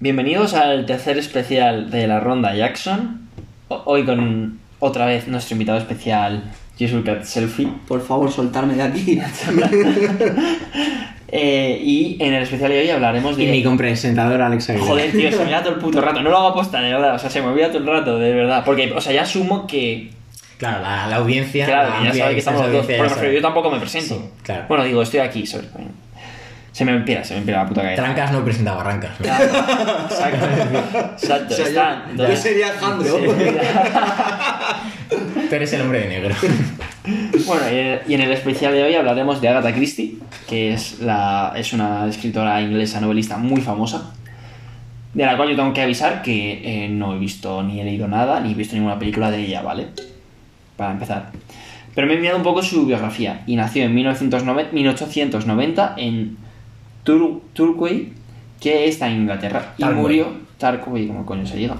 Bienvenidos al tercer especial de la Ronda Jackson. O- Hoy con otra vez nuestro invitado especial, Jesus Cat Selfie. Por favor, soltarme de aquí. Eh, y en el especial de hoy hablaremos de. Y mi compresentador Alex Aguilar. Joder, tío, se me olvida todo el puto rato. No lo hago aposta, de verdad. O sea, se me olvida todo el rato, de verdad. Porque, o sea, ya asumo que. Claro, la, la audiencia. la Claro, ya amplia sabe que esa estamos los dos. audiencia Por ya ejemplo, sabe. yo tampoco me presento. Sí, claro. Bueno, digo, estoy aquí, sobre. Se me empira, se me empira la puta cabeza. Trancas no presentaba arrancas. ¿no? Exacto. Exacto. O sea, está, yo- yo, entonces- sería Alejandro. Tú eres el hombre de negro. Bueno, y en- y en el especial de hoy hablaremos de Agatha Christie, que es, la, es una escritora inglesa, novelista muy famosa, de la cual yo tengo que avisar que eh, no he visto ni he leído nada, ni he visto ninguna película de ella, ¿vale? Para empezar. Pero me he enviado un poco su biografía, y nació en 1990 1890 en Tur- Turquay, que está en Inglaterra, y Tarquay. murió... Tarquay, como coño se diga.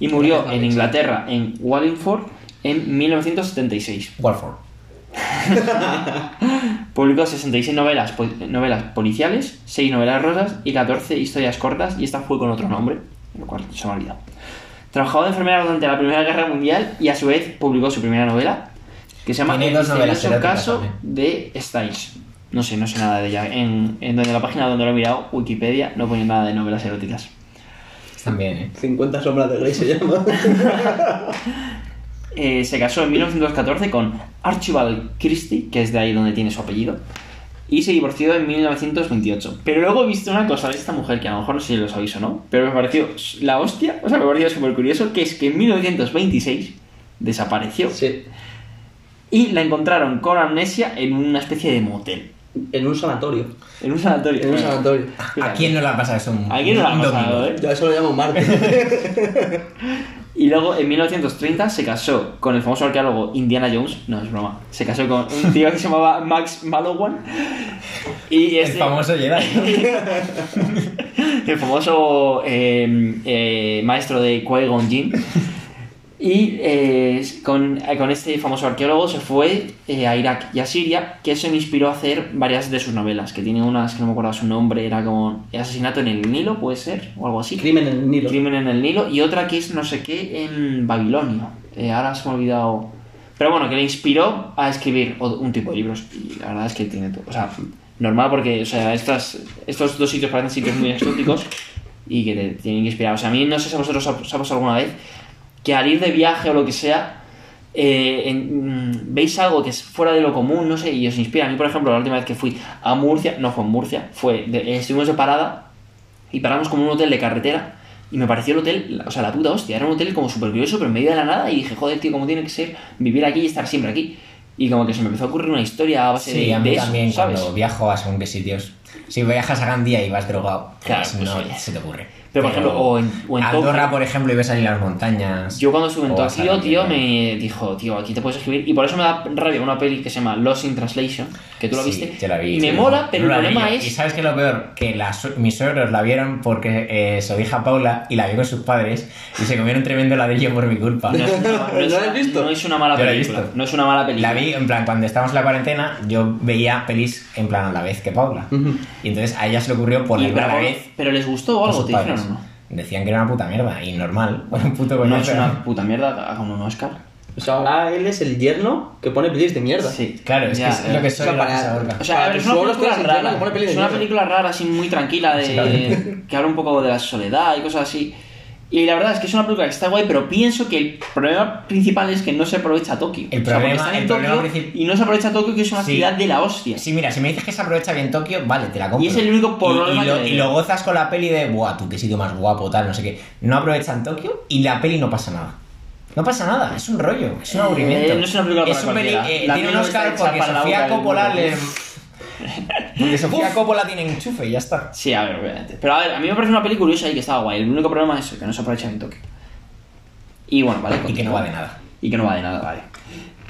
Y murió en Inglaterra, en Wallingford, en 1976. Warford. Publicó 66 novelas, po- novelas policiales, 6 novelas rosas y 14 historias cortas, y esta fue con otro nombre, lo cual se me ha olvidado. Trabajó de enfermera durante la Primera Guerra Mundial y a su vez publicó su primera novela, que se llama Tiene dos novelas misterioso eróticas caso también. de Styles. No sé, no sé nada de ella. En, en donde la página donde lo he mirado, Wikipedia, no pone nada de novelas eróticas. Están bien, ¿eh? 50 sombras de Grey se llama. Eh, se casó en 1914 con Archibald Christie, que es de ahí donde tiene su apellido, y se divorció en 1928. Pero luego he visto una cosa de esta mujer que a lo mejor no sé si lo sabéis o no, pero me pareció la hostia, o sea, me pareció súper curioso, que es que en 1926 desapareció Sí. y la encontraron con amnesia en una especie de motel, En un sanatorio. en un sanatorio. En un sanatorio. ¿A quién no le ha pasado eso? un- ¿A quién no la ha un pasado, domingo? eh? Yo a eso lo llamo Marte. Y luego en 1930 se casó con el famoso arqueólogo Indiana Jones, no es broma, se casó con un tío que se llamaba Max Malowan. Y El este- famoso Jedi. el famoso eh, eh, maestro de Qui-Gon Jinn. Y eh, con, eh, con este famoso arqueólogo se fue eh, a Irak y a Siria, que eso me inspiró a hacer varias de sus novelas, que tiene unas que no me acuerdo su nombre, era como Asesinato en el Nilo, puede ser, o algo así. Crimen en el Nilo. Crimen en el Nilo y otra que es no sé qué en Babilonia. Eh, ahora se me ha olvidado. Pero bueno, que le inspiró a escribir o- un tipo de libros. Y la verdad es que tiene todo. O sea, normal porque o sea, estas, estos dos sitios parecen sitios muy exóticos y que te tienen que inspirar. O sea, a mí no sé si a vosotros os ha- os ha pasado alguna vez que al ir de viaje o lo que sea, eh, en- mm, veis algo que es fuera de lo común, no sé, y os inspira. A mí, por ejemplo, la última vez que fui a Murcia, no fue en Murcia, fue de- estuvimos de parada y paramos como en un hotel de carretera y me pareció el hotel, la- o sea, la puta hostia, era un hotel como súper curioso, pero en medio de la nada y dije, joder, tío, cómo tiene que ser vivir aquí y estar siempre aquí. Y como que se me empezó a ocurrir una historia a base Sí, de, a de mí eso, también ¿sabes? cuando viajo a según qué sitios. Si viajas a Gandía y vas drogado, Claro, pues pues no sí. se te ocurre. Pero, por ejemplo, o en- o en a Andorra, Tokio. por ejemplo, y ves salir las montañas. Yo cuando estuve en O vas a Tokio, la tío, mierda. me dijo, tío, aquí te puedes escribir. Y por eso me da rabia una peli que se llama Lost in Translation, que tú la Sí, viste. yo la vi, y me sí. mola, pero No la el problema vi. es... Y sabes que lo peor, que la su- mis suegros la vieron porque eh, se lo dije a Paula y la vi con sus padres y se comieron tremendo ladrillo por mi culpa. No, es una- no es ¿No la una- has visto? No es una mala Yo la he película. visto. No es una mala película. La vi, en plan, cuando estábamos en la cuarentena, yo veía pelis en plan a la vez que Paula. Ujú. Y entonces a ella se le ocurrió Y ponerla a la pero, vez pero les gustó o con algo, sus te dijeron padres. o no. Decían que era una puta mierda y normal. Un puto No es coñazo. una puta mierda, hagan un Oscar. O sea, ahora él es el yerno que pone pelis de mierda. Sí. Claro, es Ya, que es eh. lo que O soy sea, la para- cosa orca. O sea, Para a ver, es tus una suegros película te dicen, rara. "Venga, pone pelis de Es una mierda". película rara, así muy tranquila, de, Sí, claro. que habla un poco de la soledad y cosas así. Y la verdad es que es una película que está guay, pero pienso que el problema principal es que no se aprovecha Tokio. El O sea, porque problema- están en el Tokio problema princip- Y no se aprovecha Tokio, que es una Sí. ciudad de la hostia. Sí, mira, si me dices que se aprovecha bien Tokio, vale, te la compro. Y es el único problema y, y lo, que- y lo gozas con la peli de, buah, tú qué sitio más guapo, tal, no sé qué. No aprovechan Tokio y la peli no pasa nada. No pasa nada, es un rollo, es un aburrimiento. Eh, no es una película Es para un peli- cualquiera. eh, La peli tiene un no Oscar está hecha porque para la Sofía boca del Coppola mundo. le... Porque Sofía Coppola tiene enchufe y ya está. Sí, a ver, obviamente. Pero a ver, a mí me parece una peli curiosa y que estaba guay. El único problema es eso, que no se aprovecha en Tokio. Y bueno, vale. Y que no continúo. va de nada. Y que no va de nada, vale.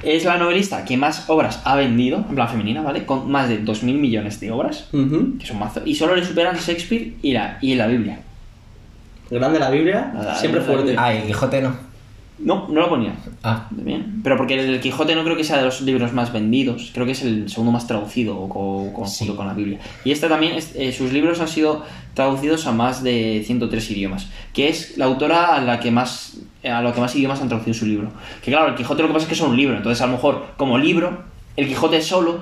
Es la novelista que más obras ha vendido, en plan femenina, ¿vale? Con más de 2.000 millones de obras, Ujú. que son mazo. Y solo le superan Shakespeare y la, y la Biblia. Grande la Biblia, Nada, siempre la fuerte. Biblia. Ah, y el Quijote no. No, no lo ponía. Ah, Bien. Pero porque el Quijote no creo que sea de los libros más vendidos, creo que es el segundo más traducido o co- conjunto Sí. con la Biblia. Y esta también, es- eh, sus libros han sido traducidos a más de 103 idiomas, que es la autora a la que más a lo que más idiomas han traducido su libro. Que claro, el Quijote lo que pasa es que es un libro, entonces a lo mejor como libro, el Quijote solo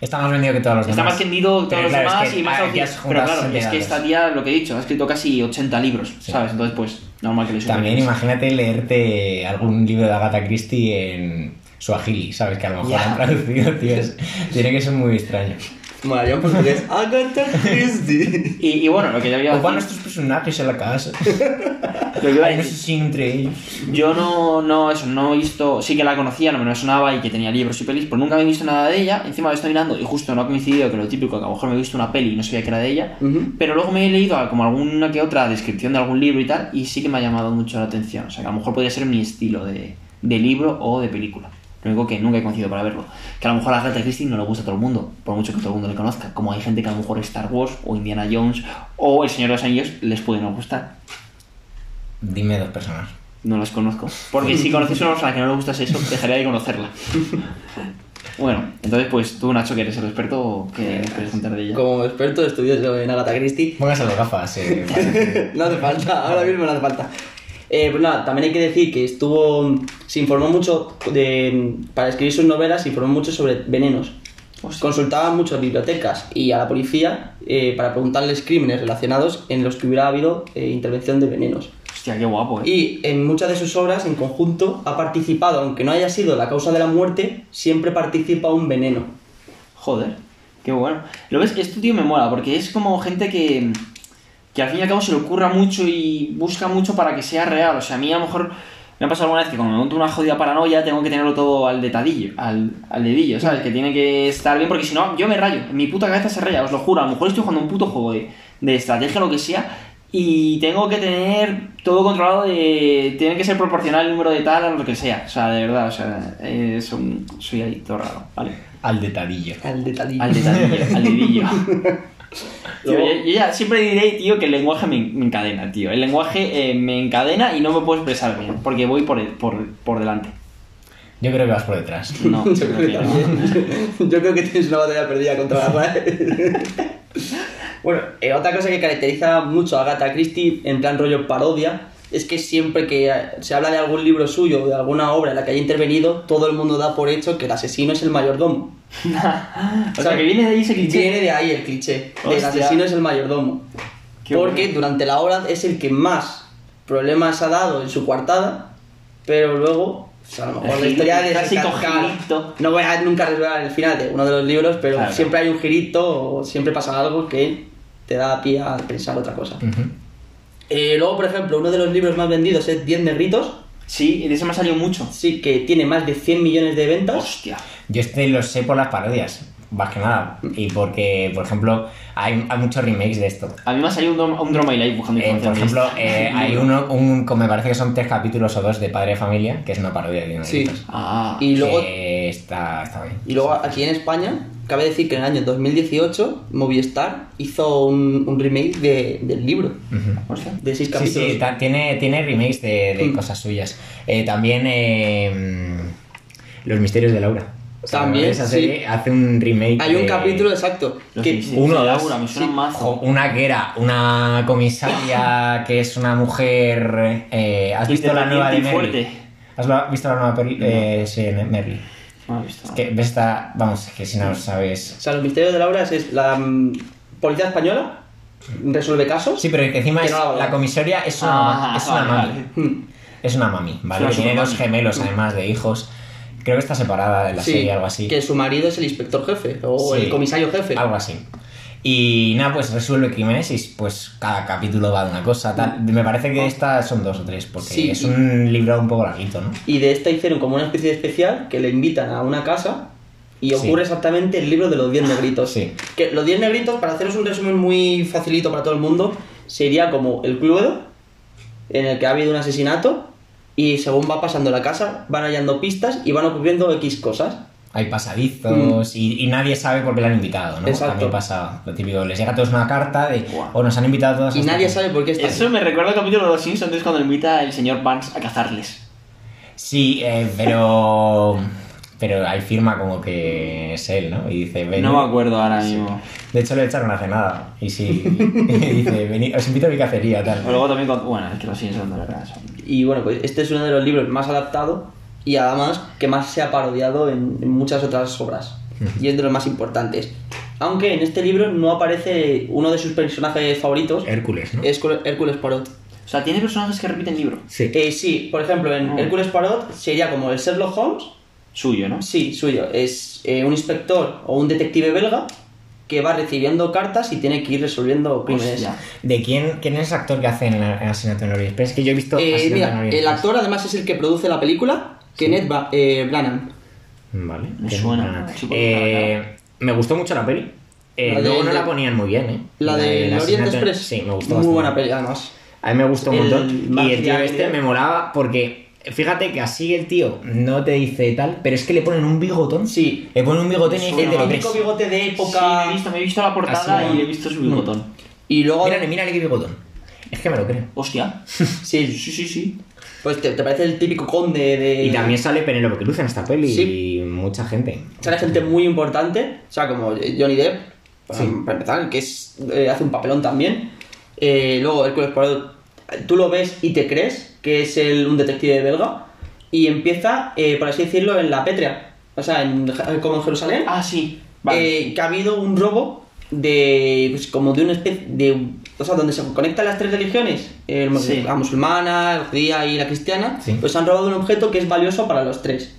está más vendido que todos los demás. está más vendido que todos Pero los eh, claro, es demás que y más ahí ya traducido. es Pero juntas claro, es que entidades. esta tía, lo que he dicho, ha escrito casi 80 libros, ¿sabes? Entonces pues, normal que le supere. También imagínate leerte algún libro de Agatha Christie en Swahili, ¿sabes? Que a lo mejor Ya. han traducido, tío. es- tiene que ser muy extraño. Molaría en portugués. Agatha Christie. Y, y bueno, lo que yo había O van decir- estos personajes a la casa. lo que iba a Hay no decir- sé si entre ellos. Yo no, no, eso, no he visto, sí que la conocía, no me sonaba y que tenía libros y pelis, pero nunca había visto nada de ella, encima lo estoy mirando y justo no ha coincidido que lo típico, que a lo mejor me he visto una peli y no sabía que era de ella, Ujú. pero luego me he leído como alguna que otra descripción de algún libro y tal, y sí que me ha llamado mucho la atención, o sea que a lo mejor podría ser mi estilo de, de libro o de película, lo único que nunca he coincidido para verlo, que a lo mejor a Agatha Christie no le gusta a todo el mundo, por mucho que todo el mundo le conozca, como hay gente que a lo mejor Star Wars o Indiana Jones o El Señor de los Anillos les puede no gustar. Dime dos personas. No las conozco. Porque si conoces a una persona que no le gustas eso, dejaría de conocerla. Bueno, entonces pues tú, Nacho, que eres el experto, que quieres contar de ella. Como experto de estudios en Agatha Christie, Póngase las gafas. eh, vale. no hace falta, ahora mismo no hace falta. Eh, pues nada, también hay que decir que estuvo. Se informó mucho de, para escribir sus novelas, se informó mucho sobre venenos. Hostia. Consultaba mucho a bibliotecas y a la policía eh, para preguntarles crímenes relacionados en los que hubiera habido eh, intervención de venenos. Hostia, qué guapo, eh. Y en muchas de sus obras, en conjunto, ha participado, aunque no haya sido la causa de la muerte, siempre participa un veneno. Joder, qué bueno. Lo ves, este tío me mola, porque es como gente que. que al fin y al cabo se le ocurra mucho y busca mucho para que sea real. O sea, a mí a lo mejor. Me ha pasado alguna vez que cuando me monto una jodida paranoia tengo que tenerlo todo al detallillo, al, al dedillo, ¿sabes? Que tiene que estar bien porque si no, yo me rayo. Mi puta cabeza se raya, os lo juro. A lo mejor estoy jugando un puto juego de, de estrategia o lo que sea y tengo que tener todo controlado de... Tiene que ser proporcional el número de tal a lo que sea. O sea, de verdad, o sea, eh, es un- soy ahí todo raro, ¿vale? Al detadillo. Al detallito. Al detallillo, al dedillo. Tío, yo, yo ya siempre diré, tío, que el lenguaje me, me encadena, tío. El lenguaje eh, me encadena y no me puedo expresar bien, porque voy por, el- por, por delante. Yo creo que vas por detrás. No, no Yo creo, que quiero. también. Yo creo que tienes una batalla perdida contra la pared. bueno, eh, otra cosa que caracteriza mucho a Agatha Christie en plan rollo parodia es que siempre que eh, se habla de algún libro suyo o de alguna obra en la que haya intervenido, todo el mundo da por hecho que el asesino es el mayordomo. O sea, que viene de ahí ese cliché. Viene de ahí el cliché. El Hostia. asesino es el mayordomo. Qué porque bueno. durante la hora es el que más problemas ha dado en su coartada, pero luego, pues, a lo mejor El la gil- historia de el clásico desencajar- girito. No voy a nunca revelar el final de uno de los libros, pero Claro. siempre hay un girito o siempre pasa algo que te da pie a pensar otra cosa. Mm. Ujú. Eh, luego, por ejemplo, uno de los libros más vendidos es 10 negritos, Sí, de ese me ha salido mucho. sí que tiene más de 100 millones de ventas. Hostia. Yo este lo sé por las parodias, más que nada. Y porque, por ejemplo, hay, hay muchos remakes de esto. A mí me ha salido un, drom- un drama y live buscando Eh, por información. ejemplo, eh, hay uno, un, como me parece que son tres capítulos o dos de Padre de Familia, que es una parodia de Sí. Dinosaurios. Ah, Y luego Que está, está bien. Y luego aquí en España, cabe decir que en el año 2018 Movistar hizo un, un remake de- del libro, Ujú. hostia. de seis Sí, capítulos. sí, ta- tiene, tiene remakes de, de Mm. cosas suyas. Eh, también eh, mm, Los Misterios de Laura. También, esa sí. serie hace un remake. Hay un de- capítulo exacto. Los que- Misterios uno, de dos, Laura, me suena sí. mazo. Jo, Una que era una comisaria que es una mujer. eh, ¿Has visto la nueva de Independiente y Merly? fuerte. ¿Has la- visto la nueva peli? Eh, sí, de Merly. No lo he visto. Que ves esta. Vamos, que si no lo sabes. O sea, los misterios de Laura es la mm, policía española, resuelve casos. Sí, pero que encima Que es- no la hago. ¿eh? la comisaria es una, Ah, ma- es una vale, mami. vale. Mm. Es una mami, ¿vale? Es una Tiene supermami. dos gemelos además de hijos. Creo que está separada de la Hmm. Sí, serie, algo así. Que su marido es el inspector jefe o Sí. el comisario jefe. Algo así. Y nada, pues resuelve crímenes y pues cada capítulo va de una cosa. Tal. Me parece que estas son dos o tres, porque Hmm. Sí, es y- un libro un poco larguito, ¿no? Y de esta hicieron como una especie de especial que le invitan a una casa y ocurre exactamente el libro de los 10 negritos. Sí. Que los 10 negritos, para haceros un resumen muy facilito para todo el mundo, sería como el cluedo en el que ha habido un asesinato y según va pasando la casa van hallando pistas y van ocurriendo X cosas. Hay pasadizos y, y nadie sabe por qué le han invitado, ¿no? Hmm. Exacto. También pasa lo típico, les llega a todos una carta de, Buah. o nos han invitado a todos. a Y esta nadie cena". sabe por qué está Eso ahí. me recuerda al capítulo de los Simpsons, que es cuando invita el señor Barnes a cazarles. Sí, eh, pero. Pero ahí firma como que es él, ¿no? Y dice, ven. No me acuerdo ahora mismo. De hecho, lo echaron hace nada. Y sí. y dice, "Venid, os invito a mi cacería, tal. O luego también con... Bueno, es que los siguen son de verdad. son- Y bueno, pues este es uno de los libros más adaptado y además que más se ha parodiado en, en muchas otras obras. Y es de los más importantes. Aunque en este libro no aparece uno de sus personajes favoritos, Hércules, ¿no? es Cor- Hércules Poirot. O sea, tiene personajes que repiten libro. Sí. Eh, sí, por ejemplo, en Ah. Hércules Poirot sería como el Sherlock Holmes, Suyo, ¿no? sí, suyo, es eh, un inspector o un detective belga que va recibiendo cartas y tiene que ir resolviendo Pues crímenes. Hostia. ¿De quién, quién es el actor que hace en, la- en Asesinato en Orient Express? Es que yo he visto Eh, Asesinato en mira, Orient el Express. actor además es el que produce la película, Kenneth Ba- eh, Branagh. Vale. Me que- suena. ah, eh, me gustó mucho la peli. Eh, La de- luego no de- la ponían muy bien, ¿eh? La del del Orient Asesinato en- Express. Sí, me gustó. Muy bastante. buena peli, además. A mí me gustó un El montón. Y Mafia el tío este Angel. me molaba porque fíjate que así el tío no te dice tal, pero es que le ponen un bigotón. Sí. Le ponen un bigotón y El dice El Bueno, "Te típico ves". bigote de Sí, época. he visto, me he visto la portada Así, y ¿no? he visto su bigotón. y luego, Mírale, mírale qué bigotón. Es que me lo creo. Hostia. sí, Sí, sí, sí. pues te, te parece el típico conde Eh, de. Y también sale Penélope Cruz en esta peli Sí. y mucha gente. Sale gente muy importante, o sea, como Johnny Depp, para, Sí. para empezar, que es, eh, hace un papelón también. Eh, luego, Hércules Poirot, tú lo ves y te crees que es el- un detective belga. Y empieza, eh, por así decirlo, en la Pétrea, o sea, en, Ja- como en Jerusalén. Ah, sí. Vale. eh, que ha habido un robo de pues, como de una especie de o sea donde se conectan las tres religiones el mus- Sí. la musulmana la judía y la cristiana Sí. pues han robado un objeto que es valioso para los tres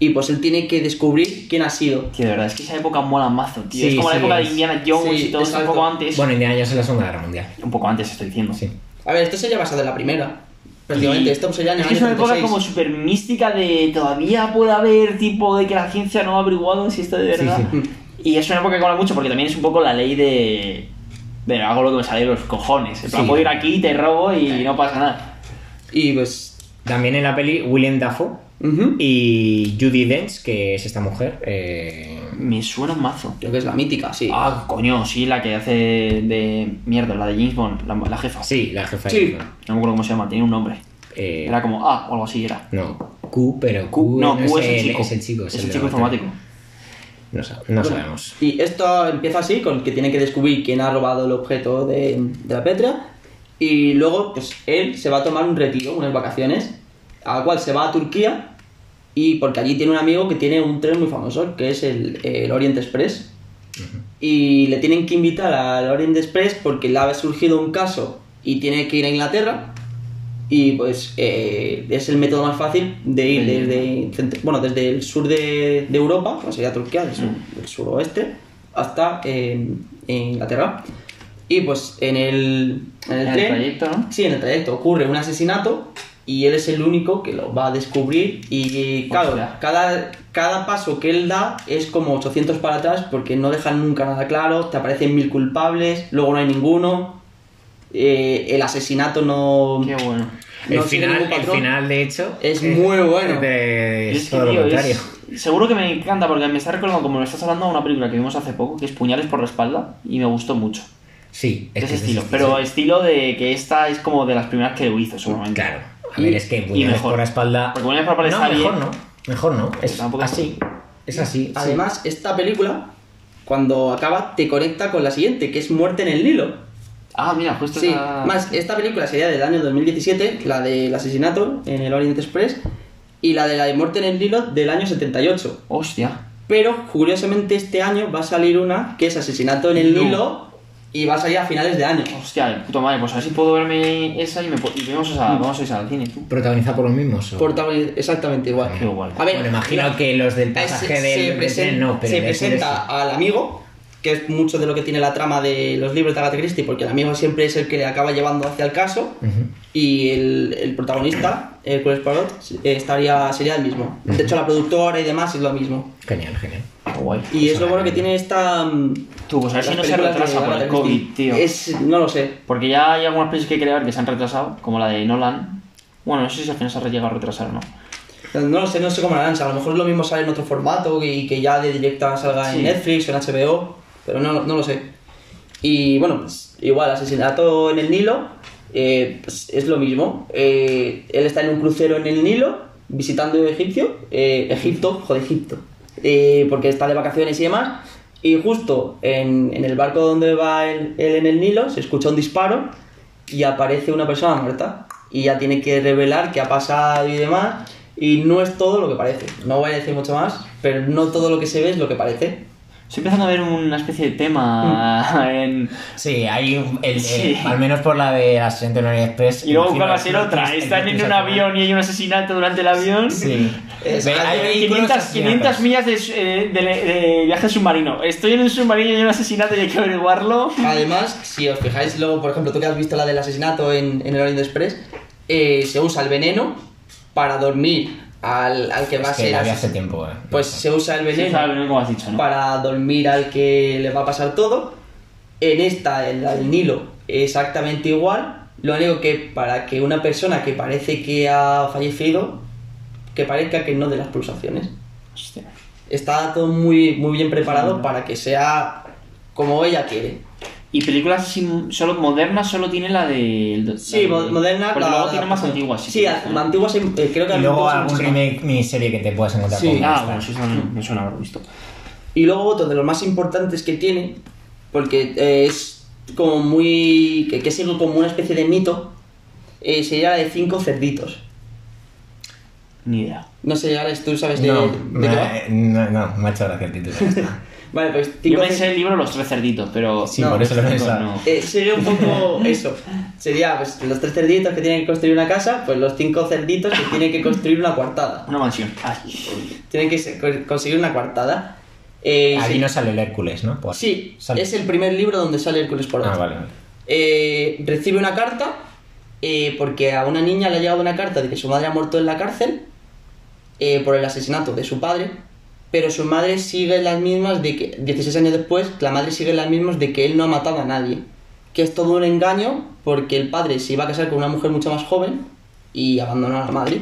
y pues él tiene que descubrir quién ha sido Tío, de verdad, es que esa época mola mazo, tío. Sí, es como la sí, época de es- Indiana Jones sí, y todo eso, un exacto. poco antes. Bueno, Indiana Jones en la Segunda Guerra Mundial. Un poco antes, estoy diciendo. Sí. a ver esto sería basado en la primera prácticamente Y- esto sería en el es que es año una época 36. como súper mística de todavía puede haber tipo de que la ciencia no ha averiguado si esto de Sí, verdad. sí. Y es una época que mola mucho porque también es un poco la ley de. Bueno, hago lo que me sale de los cojones. En plan, Sí. puedo ir aquí, te robo y no pasa nada. y pues También en la peli William Dafoe ujú, y Judy Dench, que es esta mujer. eh, Me suena un mazo. creo que es la mítica sí Ah, coño, sí, la que hace de mierda, la de James Bond, la, la jefa. Sí, la jefa Sí. de No me acuerdo cómo se llama, tiene un nombre. eh, Era como A o algo así, era. No, Q, pero Q, Q- no, Q es, el, el chico. es el chico. Es el de chico la otra. informático. No, sa- no Bueno, sabemos. Y esto empieza así, con que tiene que descubrir quién ha robado el objeto de, de la Petra. Y luego, pues él se va a tomar un retiro, unas vacaciones, a la cual se va a Turquía. Y porque allí tiene un amigo que tiene un tren muy famoso, que es el, el Orient Express. Y le tienen que invitar al Orient Express porque le ha surgido un caso y tiene que ir a Inglaterra. Y pues eh, es el método más fácil de ir Sí. desde, centro- bueno, desde el sur de, de Europa, bueno, sería Turquía, del sur, Mm. del suroeste, hasta eh, Inglaterra. Y pues en el, en el En el tren- trayecto, ¿no? Sí, en el trayecto ocurre un asesinato y él es el único que lo va a descubrir. Y claro, Hostia. cada, cada paso que él da es como 800 para atrás porque no dejan nunca nada claro, te aparecen mil culpables, luego no hay ninguno. eh, el asesinato no. Qué bueno. no el, sigue final, ningún el patrón. final, de hecho, Es eh, muy bueno. de- Yo es es que, todo lo tío, contrario. es- Seguro que me encanta porque me está recordando, como me estás hablando, de una película que vimos hace poco, que es Puñales por la espalda, y me gustó mucho. Sí, Es que ese es estilo. ese Pero estilo de que esta es como de las primeras que lo hizo, seguramente. Claro. A Y- ver, es que y puñales mejor. por la espalda. Porque puñales por la espalda No, está mejor bien. no. Mejor no. Es Tampoco- así. Es así. sí. Además, esta película, cuando acaba, te conecta con la siguiente, que es Muerte en el Nilo. Ah, mira, justo Sí, esa- más, esta película sería del año 2017, la del asesinato en el Orient Express, y la de la de Muerte en el Nilo del año 78. Hostia. Pero, curiosamente, este año va a salir una que es Asesinato en el No. Nilo, y va a salir a finales de año. Hostia, de puta madre. Pues a ver si puedo verme esa y, me po- y vemos Mm. esa. Vamos a ir al cine, tú. Protagonizada por los mismos. o- Portable- exactamente igual. Qué guay. A ver, Ah, Bueno, imagino que los del pasaje se, del- se del presen- tren no, pero se del sur presenta sí. al amigo, que es mucho de lo que tiene la trama de los libros de Agatha Christie, porque el amigo siempre es el que le acaba llevando hacia el caso, Ujú. y el, el protagonista, Hércules Poirot, eh, estaría, sería el mismo. De hecho, la productora y demás es lo mismo. Genial, genial. Qué Ah, guay. Y es lo bueno que tiene esta... mm, Tú, pues a ver si las no se películas de retrasa por Agatha el COVID, Christie. tío. Es, no lo sé. Porque ya hay algunas pelis que quería ver que se han retrasado, como la de Nolan. Bueno, no sé si al final se ha llegado a retrasar o no. No lo sé, no sé cómo la lanza. A lo mejor lo mismo sale en otro formato y que ya de directa salga Sí. en Netflix o en HBO, pero no, no lo sé. Y bueno, pues, igual, asesinato en el Nilo eh, pues, es lo mismo. Eh, él está en un crucero en el Nilo visitando Egipcio, eh, Egipto, joder, Egipto, eh, porque está de vacaciones y demás, y justo en, en el barco donde va él, él en el Nilo se escucha un disparo y aparece una persona muerta y ya tiene que revelar qué ha pasado y demás, y no es todo lo que parece, no voy a decir mucho más, pero no todo lo que se ve es lo que parece. Estoy empezando a ver una especie de Mm. tema en... Sí, hay un- el- el- Sí. al menos por la de Asiento en el Express. Y luego encima cuál va a es ser una otra. triste Están en un noticia. avión y hay un asesinato durante el avión. Sí. Es- Ve, hay hay vehículos 500, 500 millas de, su- eh, de- de viaje submarino. Estoy en un submarino y hay un asesinato y hay que averiguarlo. Además, si os fijáis, luego, por ejemplo, tú que has visto la del asesinato en, en el Orient Express, eh, se usa el veneno para dormir al, al que va a Es que ser. la vi ases- hace tiempo, eh. Pues se usa el Sí, veneno sabe, ¿no? como has dicho, ¿no? para dormir al que le va a pasar todo. En esta, en la del Nilo, exactamente igual. Lo único que para que una persona que parece que ha fallecido, que parezca que no de las pulsaciones. Hostia. Está todo muy, muy bien preparado para que sea como ella quiere. Y películas así solo modernas solo tiene la de... Sí, la mo- de- moderna. Porque la- luego la- tiene más antiguas. Sí, quieres, a- ¿no? antiguas hay- eh, creo que Y hay luego muchas algún más. remake miniserie que te puedas encontrar Sí. con Ah, esta. bueno, sí, eso no- me suena haberlo visto. Y luego otro de los más importantes que tiene, porque eh, es como muy. que, que es algo como una especie de mito, eh, sería la de cinco cerditos. Ni idea. No sé, Alex, tú sabes de, de No, me- qué va? no, no, me ha hecho gracia el título. ya está. Vale, pues Yo cinco me sé cer- el libro Los Tres Cerditos, pero... Sí, No, por eso lo he Cerditos pensado. Ah, no. eh, sería un poco eso. Sería pues, los tres cerditos que tienen que construir una casa, pues los cinco cerditos que tienen que construir una coartada. Una mansión. Ay. Tienen que se- co- conseguir una coartada. Eh, Aquí sí. no sale el Hércules, ¿no? Pues- Sí, sale. es el primer libro donde sale Hércules Poirot. Ah, vale. vale. Eh, recibe una carta eh, porque a una niña le ha llegado una carta de que su madre ha muerto en la cárcel eh, por el asesinato de su padre, pero su madre sigue en las mismas de que 16 años después, la madre sigue en las mismas de que él no ha matado a nadie, que es todo un engaño porque el padre se iba a casar con una mujer mucho más joven y abandonó a la madre.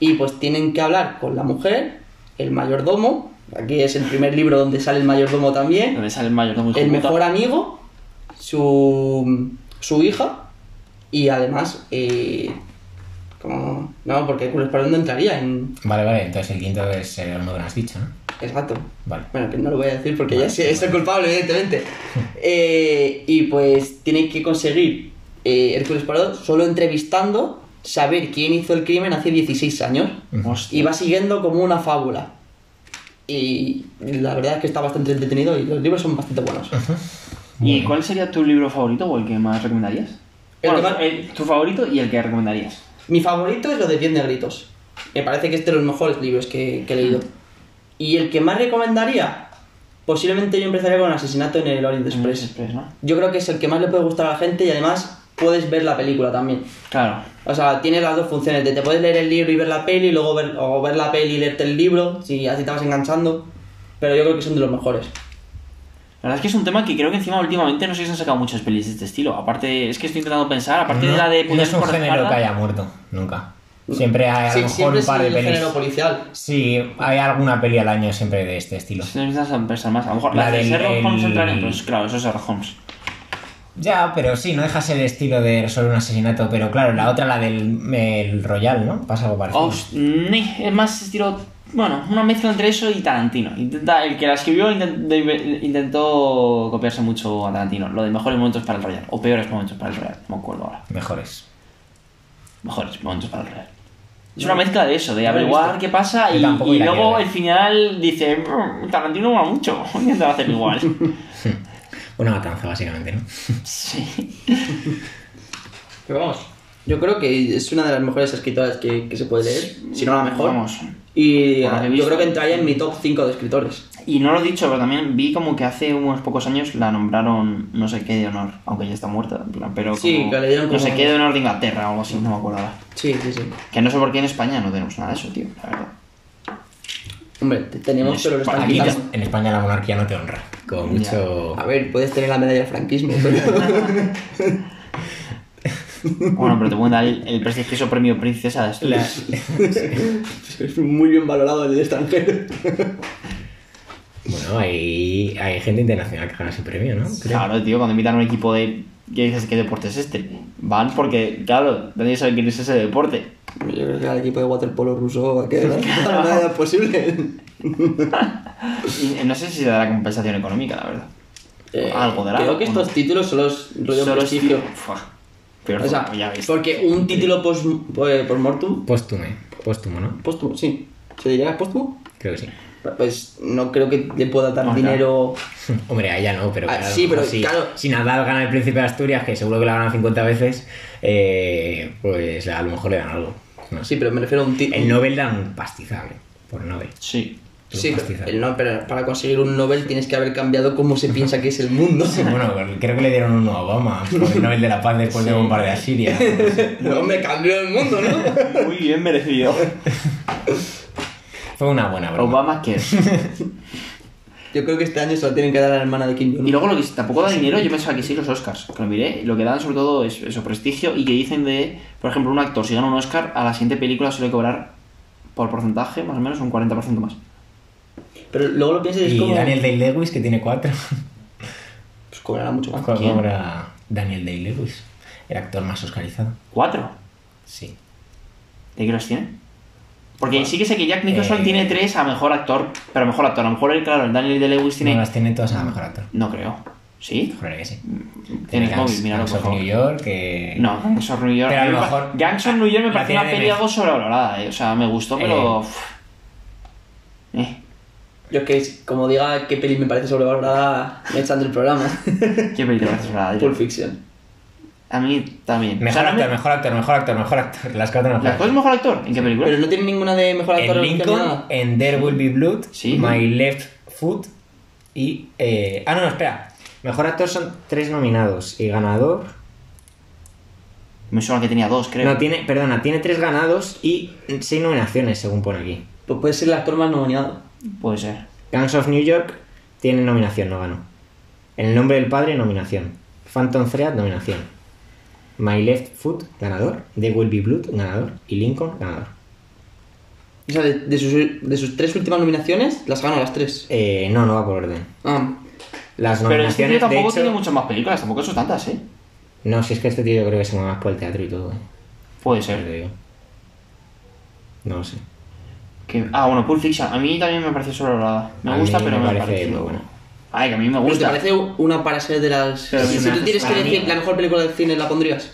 Y pues tienen que hablar con la mujer, el mayordomo, aquí es el primer libro donde sale el mayordomo también Donde sale el mayordomo. hijo el puta. mejor amigo, su, su hija y además, eh, como, no, porque Hércules Poirot no entraría en... Vale, vale, entonces el quinto es el uno que nos has dicho, ¿no? Exacto. Vale. Bueno, que no lo voy a decir porque Vale, ya sé, es el vale. culpable, evidentemente. Eh, y pues tiene que conseguir eh, Hércules Poirot solo entrevistando saber quién hizo el crimen hace 16 años Hostia. y va siguiendo como una fábula. Y la verdad es que está bastante entretenido y los libros son bastante buenos. ¿Y cuál sería tu libro favorito o el que más recomendarías? El Bueno, que más- el- tu favorito y el que recomendarías. Mi favorito es lo de 10 negritos. Me parece que este es de los mejores libros que, que he Mm. leído. Y el que más recomendaría, posiblemente yo empezaría con Asesinato en el Orient Express, Mm. Express. Express, ¿no? Yo creo que es el que más le puede gustar a la gente y además puedes ver la película también. Claro. O sea, tiene las dos funciones, de te puedes leer el libro y ver la peli, y luego ver, o ver la peli y leerte el libro, si así te vas enganchando. Pero yo creo que son de los mejores. La verdad es que es un tema que creo que encima últimamente no sé si han sacado muchas pelis de este estilo. Aparte, es que estoy intentando pensar, aparte no, de la de no es Puñales un por la género que espalda, haya muerto, nunca. Siempre hay a Sí, lo mejor siempre un es par de el pelis. género policial. Sí, hay alguna peli al año siempre de este estilo. si no empiezas a pensar más. A lo mejor La la, de del- Sherlock Holmes el- entraría, pues claro, eso es Sherlock Holmes. Ya, pero sí, no dejas el estilo de resolver un asesinato, pero claro, la otra, la del el Royal, ¿no? Pasa algo parecido. Host- ne- es más estilo. Bueno, una mezcla entre eso y Tarantino. Intenta, el que la escribió inten- de- intentó copiarse mucho a Tarantino. Lo de mejores momentos para el Royal. O peores momentos para el Royal. No me acuerdo ahora. Mejores. Mejores momentos para el Real. Es una mezcla de eso, de No lo he averiguar visto. qué pasa Yo y, tampoco y la quiero luego ver. el final dice, "Mm, Tarantino mola mucho, intenta hacer igual. Una matanza, básicamente, ¿no? sí. Pero vamos, yo creo que es una de las mejores escritoras que, que se puede leer, si no la mejor. Vamos. Y ah, Por lo que he yo visto. creo que entraría en mi top 5 de escritores. Y no lo he dicho, pero también vi como que hace unos pocos años la nombraron no sé qué de honor, aunque ya está muerta, en plan, pero Sí, como que le dieron no sé como- qué de honor de Inglaterra o algo así, no me acuerdo ahora. Sí, sí, sí. Que no sé por qué en España no tenemos nada de eso, tío, la verdad. Hombre, te- tenemos, pero lo están Aquí quitando. en España la monarquía no te honra. Como mucho. A ver, puedes tener la medalla del franquismo, pero... Bueno, pero te pueden dar el, el prestigioso premio princesa de La- Asturias. es muy bien valorado en el extranjero. Bueno, hay, hay gente internacional que gana ese premio, ¿no? Creo. Claro, tío, cuando invitan a un equipo de. ¿Qué dices? ¿Qué deporte es este? Van porque, claro, nadie sabe quién es ese deporte. Yo creo que al equipo de waterpolo ruso va a quedar la medalla posible. Y, eh, no sé si dará compensación económica, la verdad. Eh, Algo dará. Creo que ¿o no? estos títulos son los rollo Solo si- prestigio. Fua, Peor, O sea, ya ves. porque un título post, eh, post-mortem, Póstumo, póstumo, ¿no? póstumo, sí. ¿Se diría póstumo? Creo que sí. Pues no creo que le pueda dar Ojalá. dinero. Hombre, a ella no, pero Ah, claro, a lo sí, mejor pero si, claro. si Nadal gana el Príncipe de Asturias, que seguro que la ganan 50 veces, eh, pues a lo mejor le dan algo. No sé. Sí, pero me refiero a un título. El Nobel dan un pastizable por Nobel. Sí. Sí, Un pastizal. el no- pero para conseguir un Nobel tienes que haber cambiado cómo se piensa que es el mundo. Bueno, creo que le dieron uno a Obama por el Nobel de la Paz después de bombardear Siria. No me cambió el mundo, ¿no? Muy bien merecido. Fue una buena broma. Obama que Yo creo que este año se lo tienen que dar a la hermana de Kim Y Jong-un. luego lo que tampoco da dinero, yo pensaba que sí los Oscars, que lo miré, lo que dan sobre todo es eso, prestigio y que dicen de, por ejemplo, un actor si gana un Oscar, a la siguiente película suele cobrar por porcentaje más o menos un 40% más. Pero luego lo piensas y es Y como. Daniel Day-Lewis, que tiene cuatro. Pues cobrará mucho más. ¿Cuál ¿Quién? cobra Daniel Day-Lewis? El actor más oscarizado. ¿Cuatro? Sí. ¿De qué los tiene? Porque sí que sé que Jack Nicholson Eh. tiene tres a mejor actor, pero mejor actor, a lo mejor el, claro, el Daniel de Lewis tiene... No No, las tiene todas a mejor actor. creo. ¿Sí? Juraría que sí. Tienes Gangs- móvil, Mm, míralo Gangs por of favor. New York, que... No, Gangs of New York. Pero a lo me pa- mejor- Gangs of New York me La parece una tiene peli de- algo sobrevalorada, eh. o sea, me gustó, pero... Eh. uf. Eh. Yo es que, es- como diga qué peli me parece sobrevalorada, me echan del programa. ¿Qué peli te parece sobrevalorada? Yo- Pulp Fiction. A mí también. Mejor O sea, actor, no mejor actor, mejor actor, mejor actor. Las cuatro me- ¿La mejor actual es mejor actor? ¿En qué película? Pero no tiene ninguna de mejor actor En original ni Lincoln, nada. en There Will Be Blood, Sí. My Left Foot y... eh, Ah, no, no, espera. Mejor actor son tres nominados y ganador... Me suena que tenía dos, creo. No, tiene, perdona, tiene tres ganados y seis nominaciones, según pone aquí. Pues puede ser el actor más nominado. Puede ser. Gangs of New York tiene nominación, no ganó. El nombre del padre, nominación. Phantom Thread, nominación. My Left Foot, ganador. The Will Be Blood, ganador. Y Lincoln, ganador. O sea, de, de sus, de sus tres últimas nominaciones, las ganó las tres. Eh, no, no va por orden. Ah, Las Pero este tío nominaciones, de tampoco hecho... tiene muchas más películas, tampoco son tantas, ¿eh? No, si es que este tío yo creo que se mueve más por el teatro y todo. eh. Puede Te ser. digo. No lo sé. Que- Ah, bueno, Pulp Fiction. A mí también me parece sobrevalorada. Me A gusta, mí pero me me, parece parece. muy buena. Ay, que a mí me Pero Pues te gusta. parece una para ser de las. Pero si me si tú haces tienes que para mí. decir la mejor película del cine, ¿la pondrías?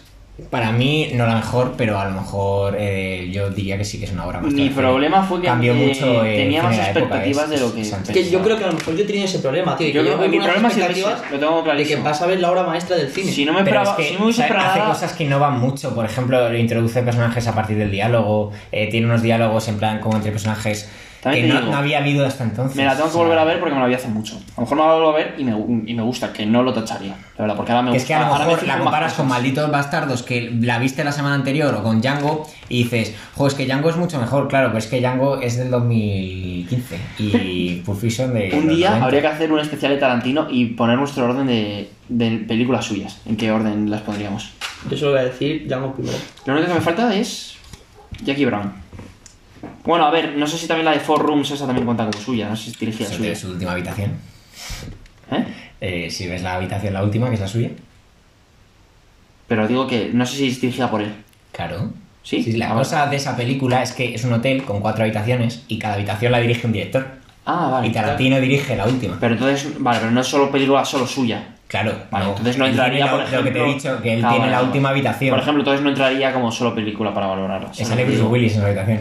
Para mí, no la mejor, pero a lo mejor eh, yo diría que sí que es una obra más Mi problema fue que Cambió eh, mucho, eh, tenía más de la época, expectativas es- de lo que es antes. Es que yo creo que a lo mejor yo he tenido ese problema, tío. Yo creo que mi unas problema es el expectativas ese, lo tengo De clarísimo. que vas a ver la obra maestra del cine. Si no me Pero esperaba, es que, si no me hubiese ¿sabes? hace esperado. cosas que innovan mucho, por ejemplo, introduce personajes a partir del diálogo, eh, tiene unos diálogos en plan como entre personajes También que te no, digo, no había habido hasta entonces. Me la tengo que O sea, volver a ver porque me la vi hace mucho. A lo mejor me la vuelvo a ver y me, y me gusta, que no lo tacharía. La verdad, porque ahora me que gusta. es que a lo ahora me mejor fijo la en más comparas con cosas. Malditos Bastardos, que la viste la semana anterior, o con Django, y dices, jo, es que Django es mucho mejor, claro, pero es que Django es del 2015 y Pulp Fiction de. Un los día 90. habría que hacer un especial de Tarantino y poner nuestro orden de, de películas suyas. ¿En qué orden las pondríamos? Yo solo voy a decir Django primero. Lo único que me falta es Jackie Brown. Bueno, a ver, no sé si también la de Four Rooms esa también cuenta como suya. No sé si es dirigida Eso de suya. su última habitación. ¿Eh? Eh, si ves la habitación, la última, que es la suya. Pero digo que no sé si es dirigida por él. Claro. ¿Sí? Sí, la Ah, cosa de esa película es que es un hotel con cuatro habitaciones y cada habitación la dirige un director. Ah, Y vale. Tarantino dirige la última. Pero entonces, vale, pero no es solo película solo suya. Claro. Vale, entonces no Él tiene entraría, la- por Lo que te he ejemplo- dicho, que él Ah, tiene vale, la vale. última habitación. Por ejemplo, entonces no entraría como solo película para valorarla. Que ¿sabes? sale Bruce Willis en su habitación.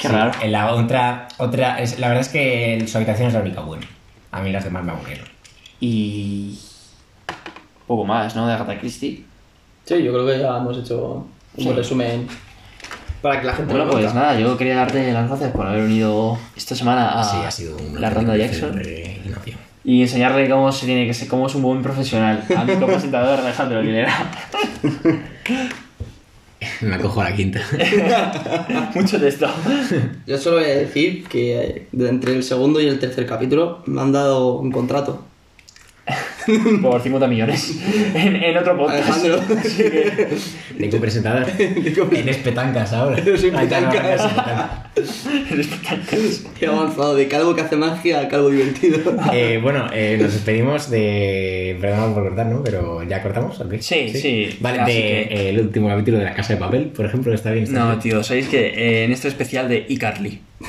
Qué raro. En la otra... otra es- la verdad es que el- su habitación es la única buena. A mí las demás me aburrieron. Y. Poco más, ¿no? De Agatha Christie. Sí, yo creo que ya hemos hecho un Sí. buen resumen para que la gente Bueno, lo pues conozca. nada, yo quería darte las gracias por haber unido esta semana a sí, ha sido un... Ah, la ronda Jackson Eh, innovación. y enseñarle cómo se tiene que ser, cómo es un buen profesional a mi copresentador Alejandro Aguilera. Me acojo a la quinta. Mucho texto. Yo solo voy a decir que eh, de entre el segundo y el tercer capítulo me han dado un contrato. por 50 millones en, en otro podcast. Alejandro. Así que, Tengo presentadas. Tengo- Eres petancas ahora. Soy Ay, claro, petanca. ahora soy petanca. eres petancas. He avanzado de calvo que hace magia a calvo divertido. Eh, bueno, eh, nos despedimos de. Perdón por cortar, ¿no? Pero ya cortamos, ¿ok? Sí, sí. Vale, Así de, que- eh, el último capítulo de La Casa de Papel, por ejemplo, está bien. está No, bien. tío, sabéis que eh, en este especial de iCarly.